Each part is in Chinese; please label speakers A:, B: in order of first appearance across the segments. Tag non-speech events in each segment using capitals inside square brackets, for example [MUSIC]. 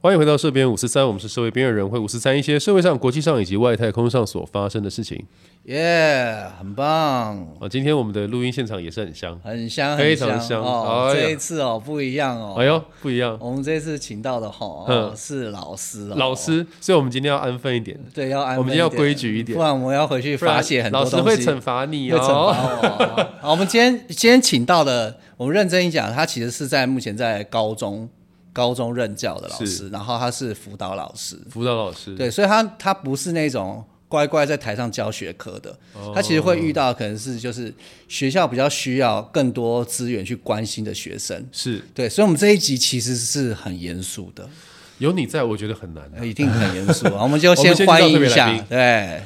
A: 欢迎回到社边五四三，我们是社会边缘人会五四三一些社会上、国际上以及外太空上所发生的事情
B: 耶、很棒，
A: 啊。今天我们的录音现场也是很香，
B: 很香，
A: 非
B: 很
A: 常香
B: 哦。
A: 哎呀
B: 这一次哦不一样哦，
A: 哎呦，不一样，
B: 我们这次请到的哈、哦
A: 嗯
B: 是老师哦，
A: 老师，所以我们今天要安分一点，
B: 对要安分
A: 我们要
B: 一点
A: 规矩一点
B: 不然我们要回去
A: 不然
B: 发泄啊很多
A: 老
B: 东西，
A: 师会惩罚你
B: 会惩
A: 哦。
B: 罚我 [LAUGHS] 哦。好，我们今天今天请到的，我们认真一讲，他其实是在目前在高中高中任教的老
A: 是
B: 师，然后他是辅导老师，
A: 辅导老师，
B: 对，所以他他不是那种乖乖在台上教学科的，
A: 哦
B: 他其实会遇到可能是就是学校比较需要更多资源去关心的学生。
A: 是
B: 对，所以，我们这一集其实是很严肃的，呃
A: 有你在，我觉得很难啊。
B: 一定很严肃。
A: [LAUGHS]
B: 我们就
A: 我们
B: 先
A: 先
B: 欢
A: 介绍
B: 迎
A: 特
B: 一
A: 别来
B: 下
A: 宾，
B: 对，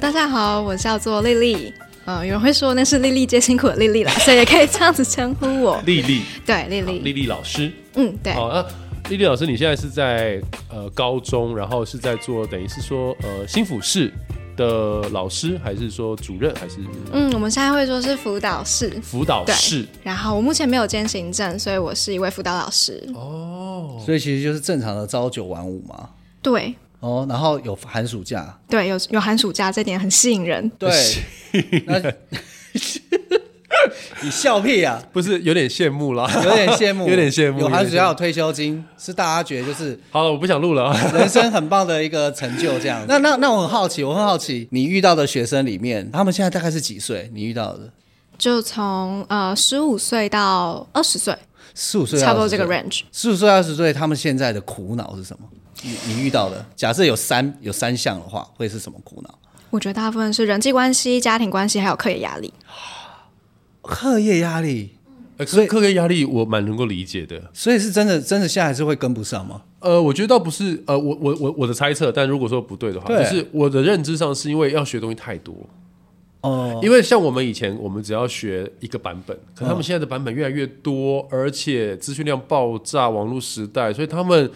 C: 大家好，我叫做丽丽。嗯，有人会说那是丽丽最辛苦的丽丽啦， [LAUGHS] 所以也可以这样子称呼我。
A: 丽丽，
C: 对，丽
A: 好丽
C: 丽，
A: 丽老师，
C: 嗯，对，
A: 好啊。丽丽老师，你现在是在呃高中，然后是在做等于是说呃新辅市的老师，还是说主任，还是
C: 嗯，我们现在会说是辅导室。
A: 辅导
C: 对
A: 室？
C: 然后我目前没有兼行政，所以我是一位辅导老师。
A: 哦，
B: 所以其实就是正常的朝九晚五嘛。
C: 对
B: 哦，然后有寒暑假，
C: 对，有有寒暑假，这点很吸引人。
B: 对， [LAUGHS] 那 [LAUGHS] 你笑屁啊！
A: 不是有点羡慕啦，
B: 有点羡
A: [LAUGHS]
B: 慕，
A: 有点羡慕。
B: 有寒暑
A: 有点羡
B: 假有
A: 慕
B: 退休金，是大家觉得就是
A: 好了，我不想录了 [LAUGHS] 啊。
B: [LAUGHS] 人生很棒的一个成就，这样。那那那我很好奇，我很好奇，你遇到的学生里面，他们现在大概是几岁？你遇到的
C: 就从呃十五岁到二十岁，
B: 十五岁，
C: 差不多这个 range。
B: 十五岁二十岁，他们现在的苦恼是什么？你你遇到的，假设有三有三项的话，会是什么苦恼？
C: 我觉得大部分是人际关系、家庭关系，还有课业压力。
B: 课业压力，
A: 呃
B: 所
A: 课
B: 以
A: 课业压力我蛮能够理解的。
B: 所以是真的，真的现在还是会跟不上吗？
A: 呃，我觉得倒不是呃，我我我我的猜测，但如果说不对的话，
B: 对
A: 就是我的认知上是因为要学东西太多，
B: 哦，
A: 因为像我们以前我们只要学一个版本，可他们现在的版本越来越多，而且资讯量爆炸，网络时代，所以他们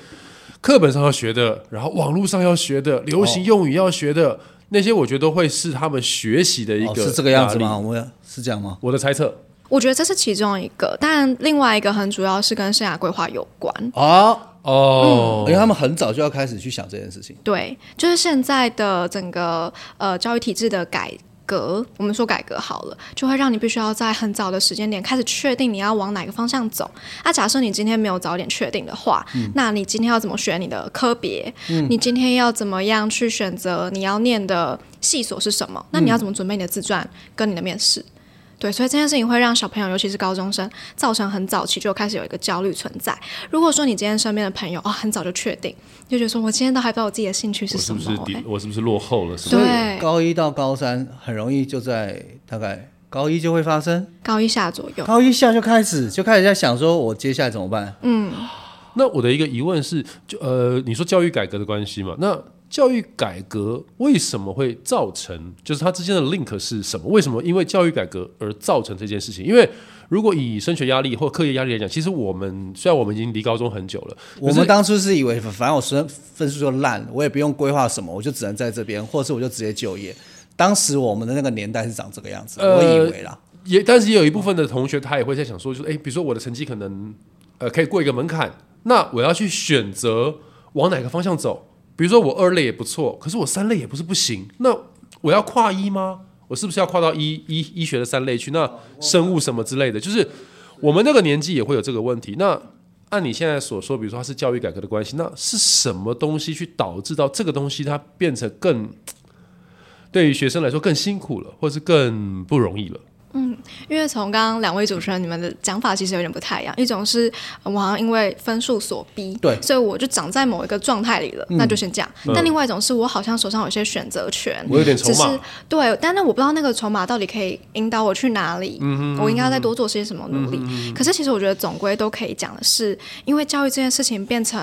A: 课本上要学的，然后网络上要学的，流行用语要学的，那些我觉得都会是他们学习的一
B: 哦
A: 个、
B: 是这个样子吗？？我是这样吗？
A: 我的猜测，
C: 我觉得这是其中一个，但另外一个很主要是跟生涯规划有关。
B: 哦，
A: 哦
B: 因为他们很早就要开始去想这件事情。
C: 对，就是现在的整个呃教育体制的改革，我们说改革好了，就会让你必须要在很早的时间点开始确定你要往哪个方向走。啊，假设你今天没有早点确定的话，
A: 嗯
C: 那你今天要怎么选你的科别？你今天要怎么样去选择你要念的系所是什
A: 嗯
C: 么？那你要怎么准备你的自传跟你的面试？对，所以这件事情会让小朋友，尤其是高中生，造成很早期就开始有一个焦虑存在。如果说你今天身边的朋友哦，很早就确定，就觉得说我今天都还不知道我自己的兴趣是
A: 我是
C: 什
A: 不
C: 么、
A: 是
C: 哎
A: 低？我是不是落后了？什么
C: 对
B: 所以高一到高三很容易就在大概高一就会发生，
C: 高一下左右，
B: 高一下就开始就开始在想说，我接下来怎么办？
C: 嗯，
A: 那我的一个疑问是，就呃，你说教育改革的关系嘛？那教育改革为什么会造成，就是它之间的 link 是什么？为什么因为教育改革而造成这件事情？因为如果以升学压力或课业压力来讲，其实我们虽然我们已经离高中很久了，
B: 我们当初是以为，反正我分分数就烂，我也不用规划什么，我就只能在这边，或是我就直接就业。当时我们的那个年代是长这个样子，
A: 呃
B: 我以为啦。
A: 也，但是也有一部分的同学他也会在想说，就是诶，比如说我的成绩可能呃可以过一个门槛，那我要去选择往哪个方向走？比如说我二类也不错，可是我三类也不是不行，那我要跨一吗？我是不是要跨到医医医学的三类去？那生物什么之类的，就是我们那个年纪也会有这个问题。那按你现在所说，比如说它是教育改革的关系，那是什么东西去导致到这个东西它变成更对于学生来说更辛苦了，或是更不容易了？
C: 因为从刚刚两位主持人你们的讲法其实有点不太一样，一种是呃我好像因为分数所逼，
B: 对
C: 所以我就长在某一个状态里
A: 嗯
C: 了，那就先这样。但另外一种是我好像手上有一些选择权，
A: 我有点筹
C: 只是
A: 码，
C: 对，但是我不知道那个筹码到底可以引导我去哪里，
A: 嗯
C: 我应该要再多做些什么努力。可是其实我觉得总归都可以讲的是，因为教育这件事情变成，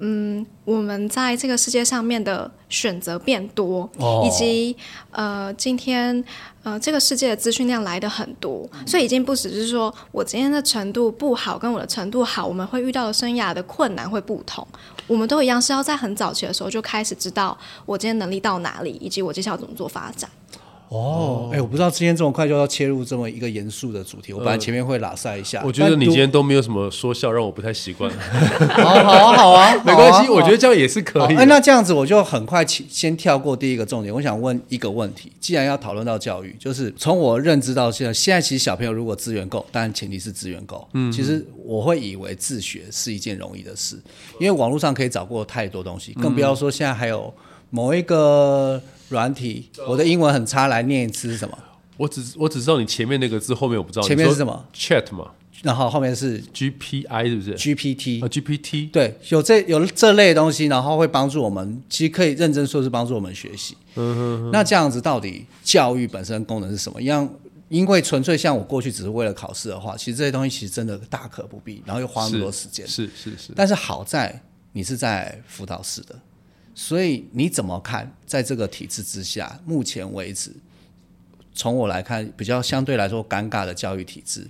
C: 嗯，我们在这个世界上面的选择变多，
B: 哦
C: 以及呃，今天呃这个世界的资讯量来的很多，
B: 嗯
C: 所以已经不只是说我今天的程度不好跟我的程度好，我们会遇到的生涯的困难会不同。我们都一样是要在很早期的时候就开始知道我今天能力到哪里，以及我接下来要怎么做发展。
B: 哦，哎、我不知道今天这么快就要切入这么一个严肃的主题，我本来前面会拉塞一下，
A: 我觉得
B: 但
A: 你
B: 读
A: 今天都没有什么说笑，让我不太习惯。
B: [LAUGHS] 好好啊好啊，
A: [LAUGHS] 没关系，
B: 好啊
A: 我觉得这样也是 [LAUGHS]
B: 好
A: 可以
B: 哎、。那这样子我就很快起先跳过第一个重点，我想问一个问题。既然要讨论到教育，就是从我认知到现在，现在其实小朋友如果资源够，当然前提是资源够。嗯，其实我会以为自学是一件容易的事，因为网络上可以找过太多东
A: 嗯
B: 西，更不要说现在还有某一个软体，我的英文很差，来念一次是什么？
A: 我只我只知道你前面那个字，后面我不知道。
B: 前面
A: 哦你说
B: 是什么
A: ？Chat 嘛
B: 然后后面是
A: ，GPI 是不是？
B: GPT，
A: 啊，GPT。
B: 对，有这有这类的东西，然后会帮助我们，其实可以认真说是帮助我们学习。那这样子到底教育本身功能是什么？样？因为纯粹像我过去只是为了考试的话，其实这些东西其实真的大可不必，然后又花那么多时间。
A: 是是是，
B: 但是好在你是在辅导室的，所以你怎么看？在这个体制之下，目前为止，从我来看，比较相对来说尴尬的教育体制，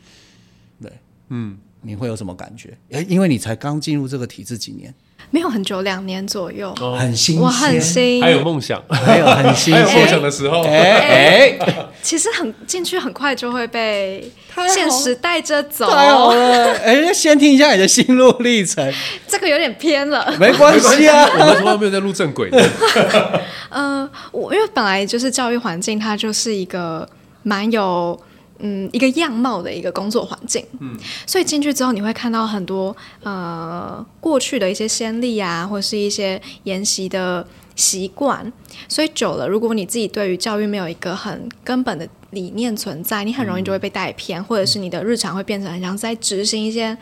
B: 对，嗯，你会有什么感觉？诶，因为你才刚进入这个体制几年，
C: 没有很久，两年左右，
B: 很哦新鲜，
C: 我很，新，
A: 还有梦
B: [LAUGHS]
A: 想，
B: 还有很新
A: 哦还有梦
B: 鲜。
A: 想的时候，
B: 哎哎，
C: 其实很进去很快就会被
B: 太好
C: 现实带着走，
B: 太好了！哎，先听一下你的心路历程，
C: 这个有点偏了。
B: 没关
A: [LAUGHS]
B: 系
A: 我
B: 啊。
A: 们从来没有在录正轨
B: [LAUGHS]
A: 的，
C: 呃，我因为本来就是教育环境，它就是一个蛮有嗯一个样貌的一个工作环境，嗯，所以进去之后你会看到很多呃过去的一些先例啊，或是一些研习的习惯，所以久了，如果你自己对于教育没有一个很根本的理念存在，你很容易就会被带偏，或者是你的日常会变成很像在执行一些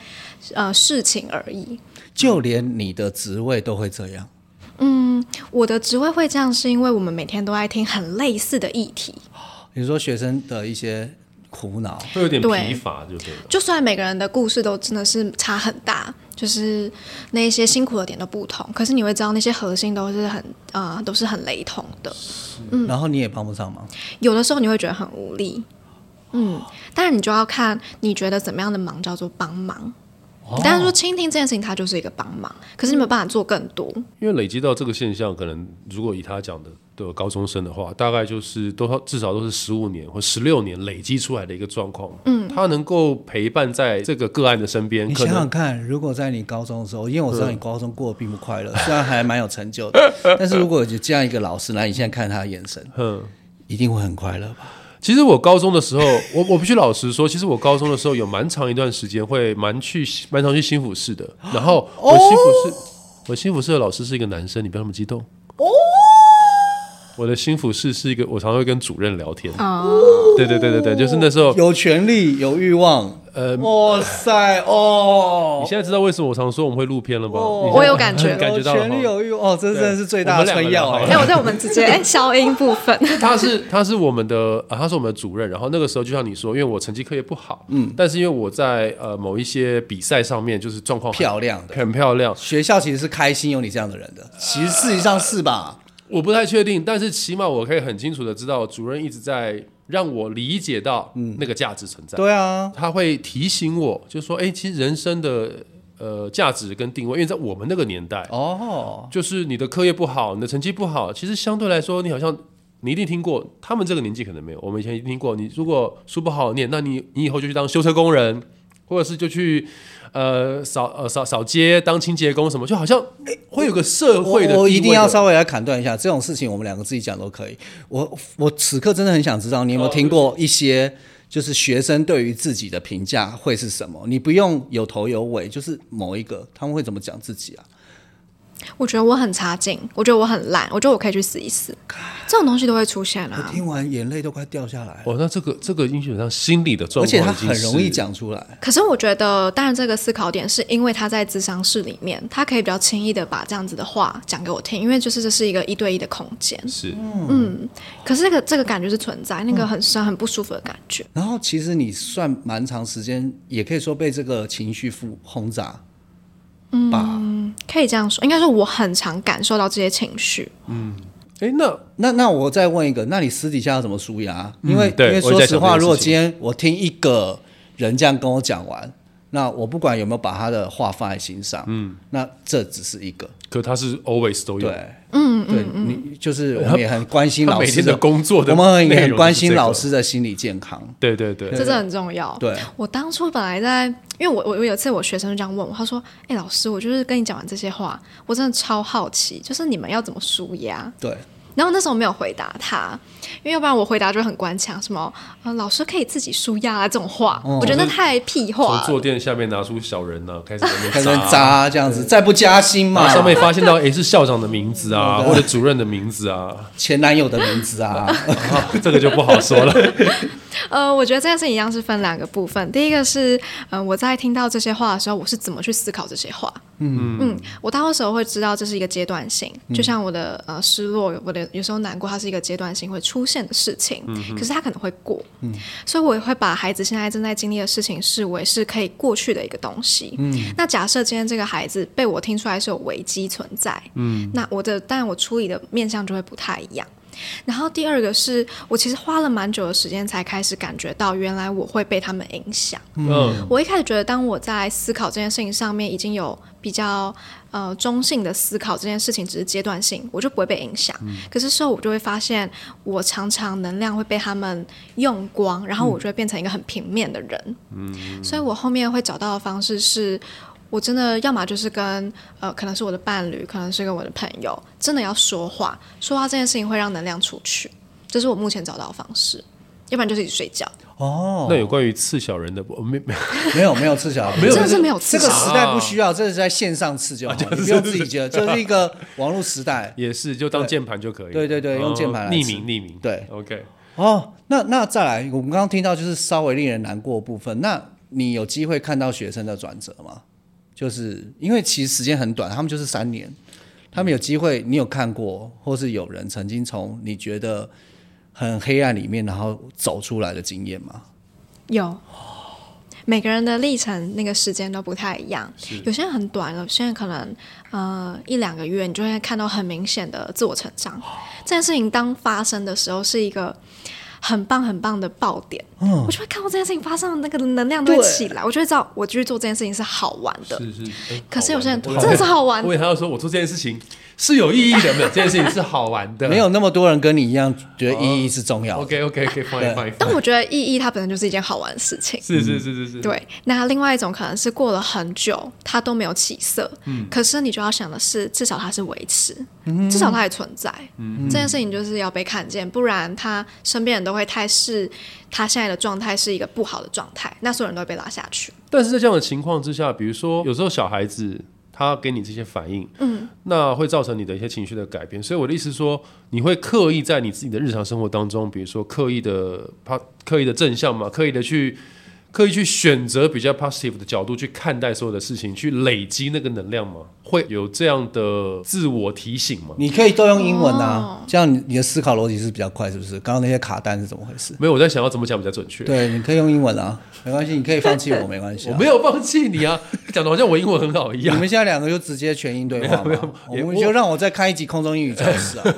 C: 呃事情而已，
B: 就连你的职位都会这样，
C: 我的职位会这样，是因为我们每天都爱听很类似的议题。
B: 你说学生的一些苦恼，
A: 会有点
C: 对
A: 疲乏，就对了。
C: 就算每个人的故事都真的是差很大，就是那一些辛苦的点都不同，可是你会知道那些核心都是很啊、都是很雷同的。
B: 然后你也帮不上忙。
C: 有的时候你会觉得很无力，嗯，但是你就要看你觉得怎么样的忙叫做帮忙。
B: 哦
C: 但是说倾听这件事情，它就是一个帮忙，可是你没有办法做更多。
A: 因为累积到这个现象，可能如果以他讲的的高中生的话，大概就是都至少都是十五年或十六年累积出来的一个状况。嗯，他能够陪伴在这个个案的身边，
B: 你
A: 可
B: 想
A: 能
B: 想看，如果在你高中的时候，因为我知道你高中过得并不快 [LAUGHS] 乐，虽然还蛮有成就的，但是如果有这样一个老师来，你现在看他的眼神，
A: 嗯。
B: [LAUGHS] 一定会很快乐
A: [LAUGHS]
B: 吧？
A: 其实我高中的时候， [LAUGHS] 我我必须老实说，其实我高中的时候有蛮长一段时间会蛮去蛮常去新府市的。然后我新府市，我新府市的老师是一个男生，你不要那么激动。我的新府市是一个，我常常会跟主任聊天。
C: 哦
A: 对对对对对，就是那时候，
B: 有权利，有欲望，呃，哇塞，
A: [LAUGHS] 你
B: 哦，
A: 现在知道为什么我常说我们会录片了吧？你现在
C: 我有感觉，
A: 感觉到了
B: 有
A: 哈
B: 权利，有欲望，哦，这真的是最大的春药
A: 我们两个
C: 哎、
A: 人
B: 哎。
C: 我在我们直 [LAUGHS] 接哎消音部分， [LAUGHS]
A: 他是他是我们的、啊，他是我们的主任。然后那个时候就像你说，因为我成绩课业不好，嗯，但是因为我在呃某一些比赛上面就是状况很
B: 漂亮的
A: 很漂亮，
B: 学校其实是开心有你这样的人的，其实事实上是吧？
A: 我不太确定，但是起码我可以很清楚的知道，主任一直在让我理解到那个价值存在。
B: 对啊，
A: 他会提醒我，就说：“哎、其实人生的呃价值跟定位，因为在我们那个年代，
B: 哦，
A: 就是你的课业不好，你的成绩不好，其实相对来说，你好像你一定听过，他们这个年纪可能没有，我们以前一定听过，你如果书不好好念，那你你以后就去当修车工人，或者是就去呃扫呃扫扫街当清洁工什么，就好像诶会有个社会的
B: 我我一
A: 地位
B: 定要
A: 的
B: 稍微来砍断一下这种事情，我们两个自己讲都可以。我我此刻真的很想知道，你有没有听过一些就是学生对于自己的评价会是什么？你不用有头有尾，就是某一个他们会怎么讲自己啊？
C: 我觉得我很差劲，我觉得我很烂，我觉得我可以去死一死，这种东西都会出现
B: 我
C: 啊。
B: 听完眼泪都快掉下来了，
A: 哦，那这个这个基本上心理的状
B: 而且
A: 况，
B: 他很容易。讲出来。
C: 可是我觉得，当然这个思考点是因为他在咨商室里面，他可以比较轻易的把这样子的话讲给我听，因为就是这是一个一对一的空间。
A: 是，
C: 可是这个这个感觉是存在，那个很深、很不舒服的感觉。
B: 然后其实你算蛮长时间，也可以说被这个情绪负轰炸吧。
C: 可以这样说，应该说我很常感受到这些情绪。
A: 哎，那
B: 那那我再问一个，那你私底下要怎么舒压？因为、
A: 嗯对
B: 因为
A: 我也
B: 说
A: 在
B: 实
A: 想
B: 话，
A: 这件事情
B: 如果今天我听一个人这样跟我讲完，那我不管有没有把他的话放在心上，嗯，那这只是一个，
A: 可他是 always 都有，
B: 对，嗯，对你就是我们也很关心
A: 他
B: 老
A: 每
B: 师
A: 天的工作的
B: 我们也
A: 内容
B: 很关
A: 是
B: 心
A: 这个
B: 老师的心理健康，
A: 对对对，
C: 这真的很重要。
B: 对，
C: 我当初本来在，因为我我我有一次我学生就这样问我，他说：“哎、老师，我就是跟你讲完这些话，我真的超好奇，就是你们要怎么舒压
B: 对，？”
C: 然后那时候没有回答他，因为要不然我回答就很官腔，什么呃老师可以自己舒压啊这种话，我觉得那太屁
A: 从
C: 话
A: 坐
C: 了。
A: 垫下面拿出小人呢、开始在那
B: [LAUGHS] 啊开
A: 边
B: 始
A: 扎，
B: 扎这样子，再不加薪
A: 然
B: 嘛，
A: 后上面发现到诶是校长的名字
B: 嗯
A: 啊，或者主任的名字啊，
B: 前男友的名字啊，
C: [LAUGHS]
A: 啊这个就不好说了。
B: [LAUGHS]
C: 呃，我觉得这件事情一样是分两个部分，第一个是呃我在听到这些话的时候，我是怎么去思考这些话。嗯嗯，我到时候会知道这是一个阶段性，就像我的呃失落，我的有时候难过，它是一个阶段性会出现的事情，可是它可能会过，所以我也会把孩子现在正在经历的事情视为是可以过去的一个东西。那假设今天这个孩子被我听出来是有危机存在，那我的但我处理的面向就会不太一样。然后第二个是我其实花了蛮久的时间才开始感觉到，原来我会被他们影响。
A: 嗯，
C: 我一开始觉得，当我在思考这件事情上面已经有比较呃中性的思考，这件事情只是阶段性，我就不会被影响。可是事后我就会发现，我常常能量会被他们用光，然后我就会变成一个很平面的人。嗯，所以我后面会找到的方式是。我真的要么就是跟呃，可能是我的伴侣，可能是跟我的朋友，真的要说话，说话这件事情会让能量出去，这是我目前找到的方式。要不然就是一起睡觉，
B: 哦，
A: 那有关于刺小人的，我没没
B: 没有没有刺小，
A: 没有。
C: 真的是没有
B: 这
C: 刺
B: 个
C: 激。
B: 时代不需要，这是在线上刺就好，你不用自己觉得，就是一个网络时代
A: [LAUGHS] 也是就当键盘就可以了。
B: 对对对
A: 哦
B: 用键盘来
A: 匿
B: 刺
A: 名匿名。
B: 对
A: ，OK，
B: 哦，那那再来，我们刚刚听到就是稍微令人难过的部分，那你有机会看到学生的转折吗？就是因为其实时间很短，他们就是三年，他们有机会，你有看过，或是有人曾经从你觉得很黑暗里面，然后走出来的经验吗？
C: 有。每个人的历程那个时间都不太一样，有些人很短，有些人可能呃一两个月，你就会看到很明显的自我成长。这件事情当发生的时候，是一个很棒很棒的爆点，
A: 嗯
C: 我就会看到这件事情发生的那个能量都会起来，我就会知道我继续做这件事情是好玩的。
A: 是是。哎
C: 可是有些人
A: 好玩的
C: 真的是好
A: [LAUGHS]
C: 玩
A: 我以为他要说，我做这件事情是有意义的，没有？这件事情是好玩的，
B: 没有那么多人跟你一样觉得意义是重要的。
A: 啊哦 OK OK OK fine
B: 对
A: fine，
C: 但我觉得意义它本身就是一件好玩的事情。
A: 是是是是是，
C: 对，那另外一种可能是过了很久，它都没有起色，
A: 嗯
C: 可是你就要想的是，至少它是维持，至少它还存在，
A: 嗯
C: 这件事情就是要被看见，不然他身边人都会太视他现在的状态是一个不好的状态，那所有人都会被拉下去。
A: 但是在这样的情况之下，比如说有时候小孩子他给你这些反应，嗯，那会造成你的一些情绪的改变。所以我的意思是说，你会刻意在你自己的日常生活当中，比如说刻意的他刻意的正向嘛，刻意的去。刻意去选择比较 positive 的角度去看待所有的事情，去累积那个能量吗？会有这样的自我提醒吗？
B: 你可以都用英文
A: 哦
B: 啊，这样你你的思考逻辑是比较快，是不是？刚刚那些卡单是怎么回事？
A: 没有，我在想要怎么讲比较准确。
B: 对，你可以用英文啊，没关系，你可以放弃我，没关系、
A: [LAUGHS] 我
B: 啊。 [LAUGHS]
A: 没有放弃你啊，讲的好像我英文很好一
B: 你
A: 样。
B: 们现在两个就直接全英对话嘛，我
A: 也
B: 们就让我再开一集空中英语教
A: [LAUGHS]
B: 室啊。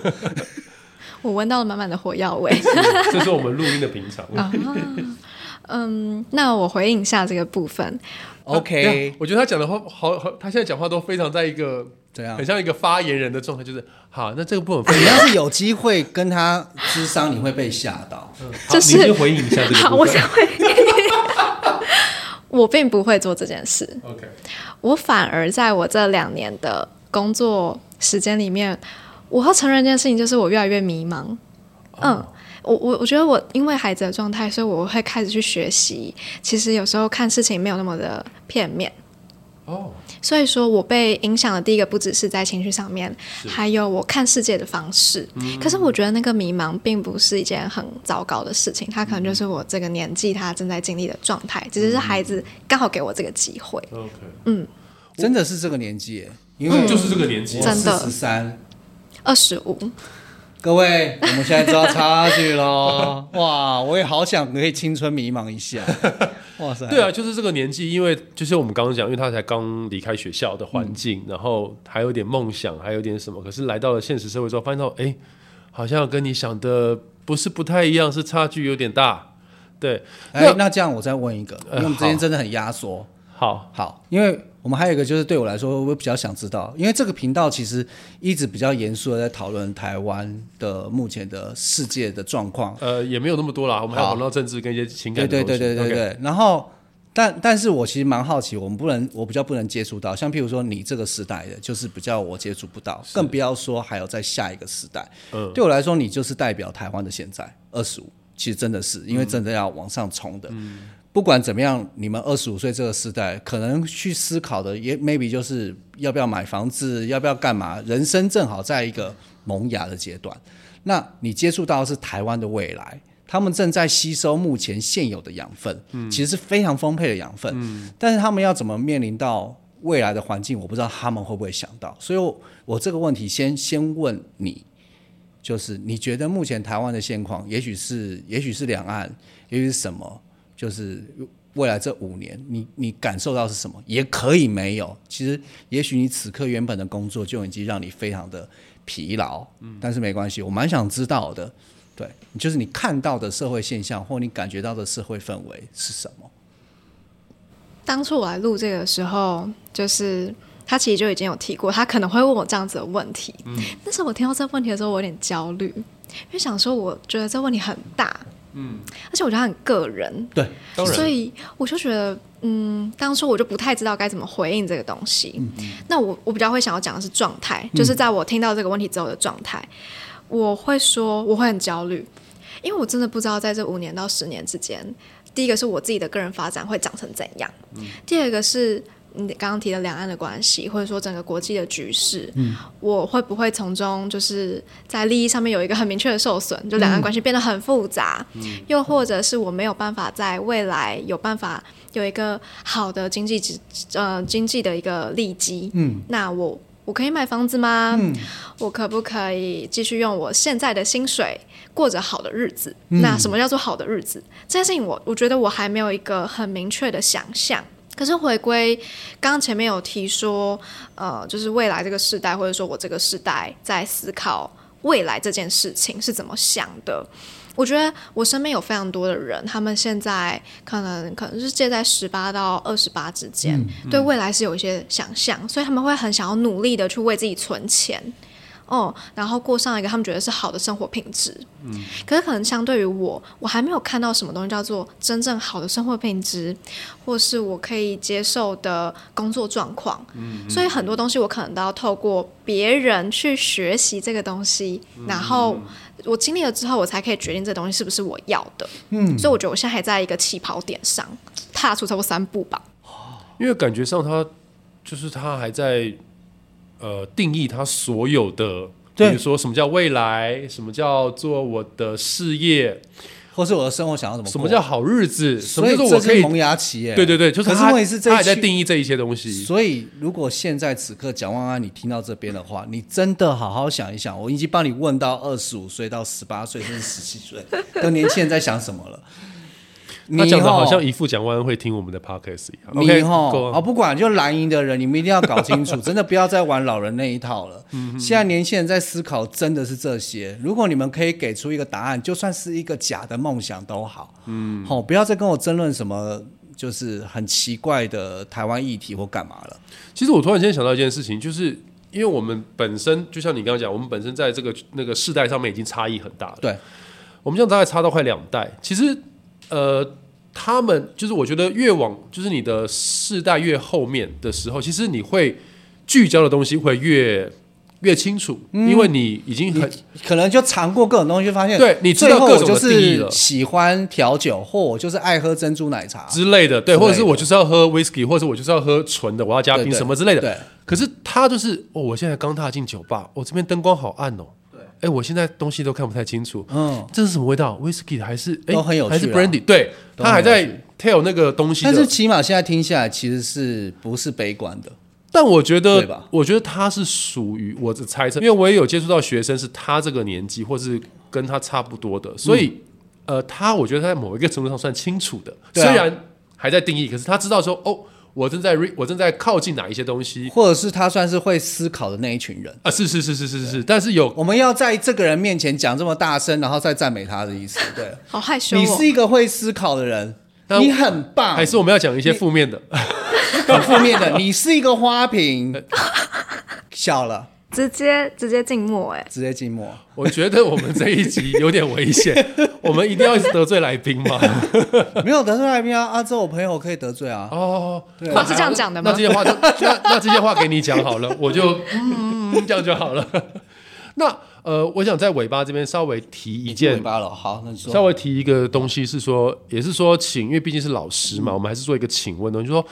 C: 我闻到了满满的火药味。
A: 这是我们录音的平常。
C: 嗯，那我回应一下这个部分，
A: 对啊
B: OK，
A: 我觉得他讲的话好好，他现在讲话都非常在一个
B: 怎样
A: 很？像一个发言人的状态，就是好，那这个部分
B: [LAUGHS] 你
A: 分
B: 要是有机会跟他智商，你会被吓
A: [LAUGHS]
B: 到。
A: 好，
C: 就
A: 你
C: 是
A: 先回应一下这个
B: [LAUGHS]
C: 好，
A: 部
C: 我想
A: 分。
C: 回应， [LAUGHS] 我并不会做这件事，
A: OK，
C: 我反而在我这两年的工作时间里面，我要承认一件事情，就是我越来越迷茫。嗯，我我我觉得我因为孩子的状态，所以我会开始去学习。其实有时候看事情没有那么的片面。
A: 哦，
C: 所以说我被影响的第一个不只是在情绪上面，还有我看世界的方式。可是我觉得那个迷茫并不是一件很糟糕的事情，它可能就是我这个年纪他正在经历的状态，只是孩子刚好给我这个机会。
A: ，OK，
B: 真的是这个年纪耶，因为
A: 嗯就是这个年纪
C: 真的
B: 十三。
C: 二十五，
B: 各位，我们现在知道差距
A: [LAUGHS]
B: 喽！哇，我也好想可以青春迷茫一下。哇塞，
A: 对啊，就是这个年纪，因为就是我们刚刚讲，因为他才刚离开学校的环境，然后还有点梦想，还有点什么，可是来到了现实社会之后，发现到哎，好像跟你想的不是不太一样，是差距有点大。对，
B: 哎，那这样我再问一个，因为我们之间真的很压缩。
A: 好，
B: 好，因为我们还有一个就是对我来说，我比较想知道，因为这个频道其实一直比较严肃的在讨论台湾的目前的世界的状况。
A: 呃，也没有那么多啦，我们还有
B: 好
A: 谈到政治跟一些情
B: 对
A: 感的
B: 对
A: 东
B: 对
A: 西。
B: 对对
A: OK
B: 对。然后，但但是我其实蛮好奇，我们不能，我比较不能接触到，像譬如说你这个时代的，就是比较我接触不到，更不要说还有在下一个时代。
A: 嗯
B: 对我来说，你就是代表台湾的现在二十五，其实真的是因为真的要往上冲的。
A: 嗯
B: 不管怎么样，你们二十五岁这个时代，可能去思考的也 maybe 就是要不要买房子，要不要干嘛？人生正好在一个萌芽的阶段。那你接触到的是台湾的未来，他们正在吸收目前现有的养分，其实是非常丰沛的养分。但是他们要怎么面临到未来的环境，我不知道他们会不会想到。所以我，我这个问题先先问你，就是你觉得目前台湾的现况，也许是也许是两岸，也许是什么，就是未来这五年，你你感受到是什么？也可以没有。其实，也许你此刻原本的工作就已经让你非常的疲劳，嗯，但是没关系，我蛮想知道的。对，就是你看到的社会现象，或你感觉到的社会氛围是什么？
C: 当初我来录这个的时候，就是他其实就已经有提过，他可能会问我这样子的问题。但是我听到这问题的时候，我有点焦虑，因为想说，我觉得这问题很大，嗯，而且我觉得它很个人，
B: 对，
A: 当然
C: 所以我就觉得，嗯，当初我就不太知道该怎么回应这个东西。那我我比较会想要讲的是状态，就是在我听到这个问题之后的状态，我会说我会很焦虑，因为我真的不知道在这五年到十年之间，第一个是我自己的个人发展会长成怎样，第二个是。你刚刚提的两岸的关系，或者说整个国际的局势，我会不会从中就是在利益上面有一个很明确的受损？就两岸关系变得很复杂，又或者是我没有办法在未来有办法有一个好的经济基呃经济的一个利基，嗯，那我我可以买房子吗？我可不可以继续用我现在的薪水过着好的日子？那什么叫做好的日子？这件事情我我觉得我还没有一个很明确的想象。可是回归刚刚前面有提说，呃，就是未来这个世代，或者说我这个世代在思考未来这件事情是怎么想的。我觉得我身边有非常多的人，他们现在可能可能是介在十八到二十八之间，对未来是有一些想象，所以他们会很想要努力的去为自己存钱，哦，然后过上一个他们觉得是好的生活品质。嗯，可是可能相对于我，我还没有看到什么东西叫做真正好的生活品质，或是我可以接受的工作状况。嗯所以很多东西我可能都要透过别人去学习这个东西，然后我经历了之后，我才可以决定这东西是不是我要的。嗯，所以我觉得我现在还在一个起跑点上，踏出差不多三步吧。 [LAUGHS]
A: 因为感觉上他就是他还在呃定义他所有的，比
B: 对
A: 如说什么叫未来，什么叫做我的事业，
B: 或是我的生活想要怎么过？
A: 什么叫好日子，什
B: 所
A: 么
B: 以
A: 叫做
B: 这
A: 我可
B: 是
A: 以。
B: 萌芽期耶。
A: 对对对，就是
B: 可是
A: 他
B: 问题是这一
A: 他还在
B: 区
A: 定义这一些东西。
B: 所以，如果现在此刻蒋万安你听到这边的话，你真的好好想一想，我已经帮你问到二十五岁到十八岁，甚至十七岁的年轻人在想什么
A: [LAUGHS]
B: 了。
A: 他讲的好像
B: 你以
A: 一副蒋万安会听我们的 podcast 一样。
B: 后你以
A: OK，
B: 后
A: go
B: 啊、
A: on
B: 不管就蓝营的人，你们一定要搞
A: [LAUGHS]
B: 清楚，真的不要再玩老人那一套了。
A: 嗯
B: 现在年轻人在思考真的是这些，如果你们可以给出一个答案，就算是一个假的梦想都好。嗯，好、不要再跟我争论什么就是很奇怪的台湾议题或干嘛了。
A: 其实我突然间想到一件事情，就是因为我们本身就像你刚刚讲，我们本身在这个那个世代上面已经差异很大了。
B: 对，
A: 我们这样大概差到快两代。其实，呃，他们就是我觉得越往就是你的世代越后面的时候，其实你会聚焦的东西会越越清楚，
B: 嗯
A: 因为你已经很
B: 可能就尝过各种东西，就发现
A: 对你知道
B: 最后
A: 各
B: 我
A: 种
B: 就
A: 的定义
B: 是
A: 了
B: 喜欢调酒，或我就是爱喝珍珠奶茶，
A: 之类的，对，
B: 之类的
A: 或者是我就是要喝 whisky，或者是我就是要喝纯的，我要加冰
B: 对对
A: 什么之类的。
B: 对，
A: 可是他就是哦，我现在刚踏进酒吧，我、这边灯光好暗哦。哎，我现在东西都看不太清楚，
B: 嗯，
A: 这是什么味道？whisky 还是哎，
B: 都很有趣
A: 还
B: 啊
A: 是 brandy？对，
B: 都
A: 他
B: 很有趣
A: 还在 tell 那个东西的。
B: 但是起码现在听下来，其实是不是悲观的？
A: 但我觉
B: 对吧
A: 得，我觉得他是属于我的猜测，因为我也有接触到学生是他这个年纪，或是跟他差不多
B: 嗯
A: 的，所以、呃，他我觉得他在某一个程度上算清楚的，
B: 对
A: 虽
B: 啊
A: 然还在定义，可是他知道说，哦，我正在 re, 我正在靠近哪一些东西
B: 或者是他算是会思考的那一群人？
A: 啊，是是是是是是是，但是有
B: 我们要在这个人面前讲这么大声，然后再赞美他的
A: [LAUGHS]
B: 意思。对，
C: 好害羞、哦，
B: 你是一个会思考的人，
A: 那
B: 你很棒
A: 还。是我们要讲一些负面的，
B: 很负面
A: [LAUGHS]
B: 的，你是一个花瓶，笑了，
C: 直接直接静默哎、
B: 直接静默。
A: 我觉得我们这一集有点危
B: [LAUGHS]
A: 险，我们一定要一直得罪来宾吗？
B: 没有得罪来宾啊，啊，这我朋友我可以得罪啊。
A: 哦，那
C: 我是这样讲的吗
A: 那这些话就那那这些话给你讲好了，我就嗯这样就好了。 [LAUGHS] 那呃，我想在尾巴这边稍微提一件
B: 尾巴了，好，那你说
A: 稍。微提一个东西是说，也是说请，因为毕竟是老师嘛，我们还是做一个请问的，就是说，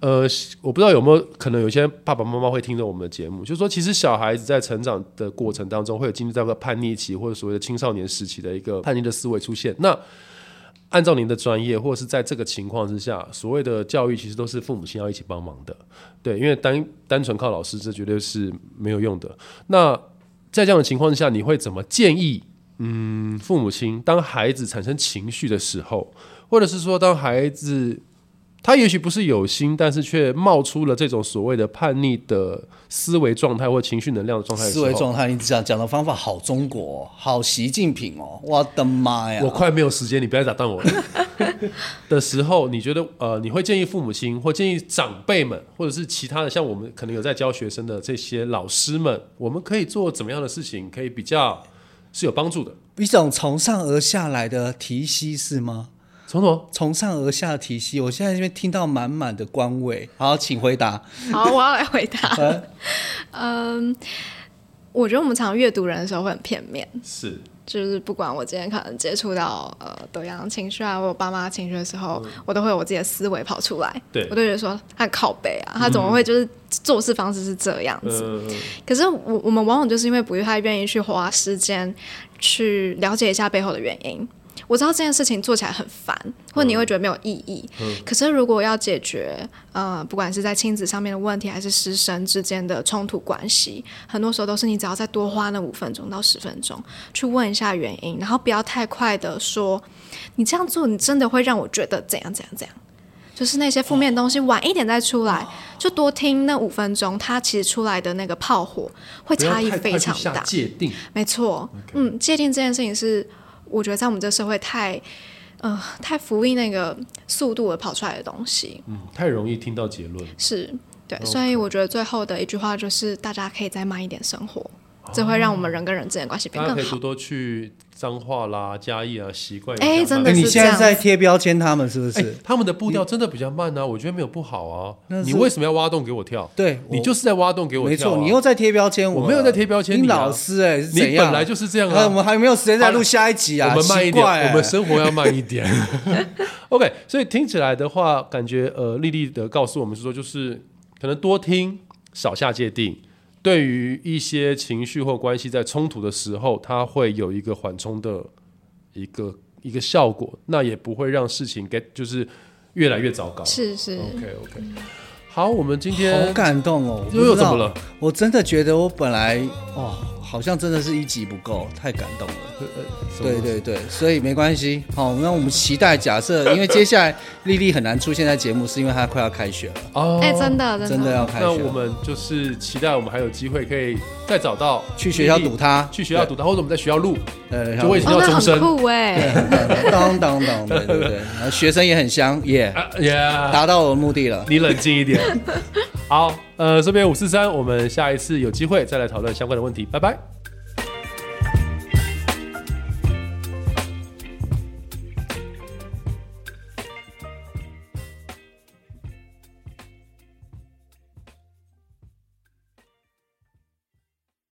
A: 呃，我不知道有没有可能有些爸爸妈妈会听着我们的节目，就是说，其实小孩子在成长的过程当中，会有经历到一个叛逆期或者所谓的青少年时期的一个叛逆的思维出现。那按照您的专业，或者是在这个情况之下，所谓的教育其实都是父母亲要一起帮忙的，对，因为单单纯靠老师，这绝对是没有用的。那在这样的情况之下，你会怎么建议？嗯，父母亲当孩子产生情绪的时候，或者是说当孩子他也许不是有心，但是却冒出了这种所谓的叛逆的思维状态或情绪能量的状态的时
B: 思
A: 候，
B: 维状态，你讲讲的方法好中国、哦，好习近平哦，我的妈呀！
A: 我快没有时间，你不要再打断我了。的时候，你觉得呃，你会建议父母亲或建议长辈们，或者是其他的像我们可能有在教学生的这些老师们，我们可以做怎么样的事情，可以比较是有帮助的？
B: 一种从上而下来的提息是吗？
A: 从头
B: 从上而下的提息，我现在这边听到满满的官位。好，请回答。呃
C: 好，我要来回答。嗯，我觉得我们常阅读人的时候会很片面，
A: 是
C: 就是不管我今天可能接触到呃德阳情绪啊，或我爸妈情绪的时候，我都会有我自己的思维跑出来。
A: 对
C: 我都觉得说他很靠背啊，他怎么会就是做事方式是这样子？
A: 嗯、
C: 可是我我们往往就是因为不太愿意去花时间去了解一下背后的原因。我知道这件事情做起来很烦，或
A: 嗯
C: 者你会觉得没有意义。可是如果要解决呃，不管是在亲子上面的问题，还是师生之间的冲突关系，很多时候都是你只要再多花那五分钟到十分钟去问一下原因，然后不要太快的说你这样做，你真的会让我觉得怎样怎样怎样。就是那些负面的东西，晚一点再出来，
A: 哦
C: 就多听那五分钟，它其实出来的那个炮火会
A: 不要
C: 差异
A: 太快
C: 非
A: 去
C: 常
A: 下
C: 大。
A: 界定。
C: 没错嗯，界定这件事情是，我觉得在我们这社会太，呃，太服膺那个速度而跑出来的东西，
A: 嗯，太容易听到结论。
C: 是对所以我觉得最后的一句话就是，大家可以再慢一点生活，这会让我们人跟人之间的关系变
A: 哦大家可
C: 更
A: 以
C: 好
A: 多。多去脏话啦、嘉义啊，习惯一下。
C: 哎真
B: 哎
C: 的
B: 你
C: 是这
B: 现
C: 样
B: 在在贴标签他们是不
A: 哎
B: 是？
A: 他们的步调真的比较慢啊，我觉得没有不好啊。
B: 那是
A: 你为什么要挖洞给我跳？
B: 对，
A: 你
B: 我
A: 就是在挖洞给我
B: 没
A: 跳啊、
B: 错，你又在贴标签
A: 我没有在贴标签
B: 你
A: 你啊
B: 老师哎、是怎
A: 你
B: 样？
A: 本来就是这样
B: 哎
A: 啊
B: 我。们还有没有时间再录下一集啊？
A: 我们慢一
B: 奇
A: 点，
B: 怪哎
A: 我们生活要慢一点。OK，所以听起来的话，感觉呃，丽丽的告诉我们是说，就是可能多听，少下界定。对于一些情绪或关系在冲突的时候，它会有一个缓冲的一个一个效果，那也不会让事情 get 就是越来越糟糕。
C: 是是，
A: OK OK，好，我们今
B: 好
A: 天
B: 感动哦！我不
A: 又
B: 知道
A: 怎么了？
B: 我真的觉得我本来哦，好像真的是一集不够，太感动了。
A: 呃
B: 对对对，所以没关系。好，那我们期待假设，因为接下来丽丽很难出现在节目，是因为她快要开学了，
A: 哦，
C: 哎、真的
B: 真的要开学
A: 那
B: 了。
A: 我们就是期待我们还有机会可以再找到
B: 去学校
A: 丽丽
B: 堵她
A: 去学校堵他，或者我们在学校录。
B: 呃，
A: 就会
C: 哦，那
A: 要终身
C: 很酷哎、
A: [LAUGHS]
B: 当当当，对对对，然后学生也很香，耶、
A: 啊呀
B: 达到我的目的了。
A: 你冷静一点。好，呃，这边五四三，我们下一次有机会再来讨论相关的问题，拜拜。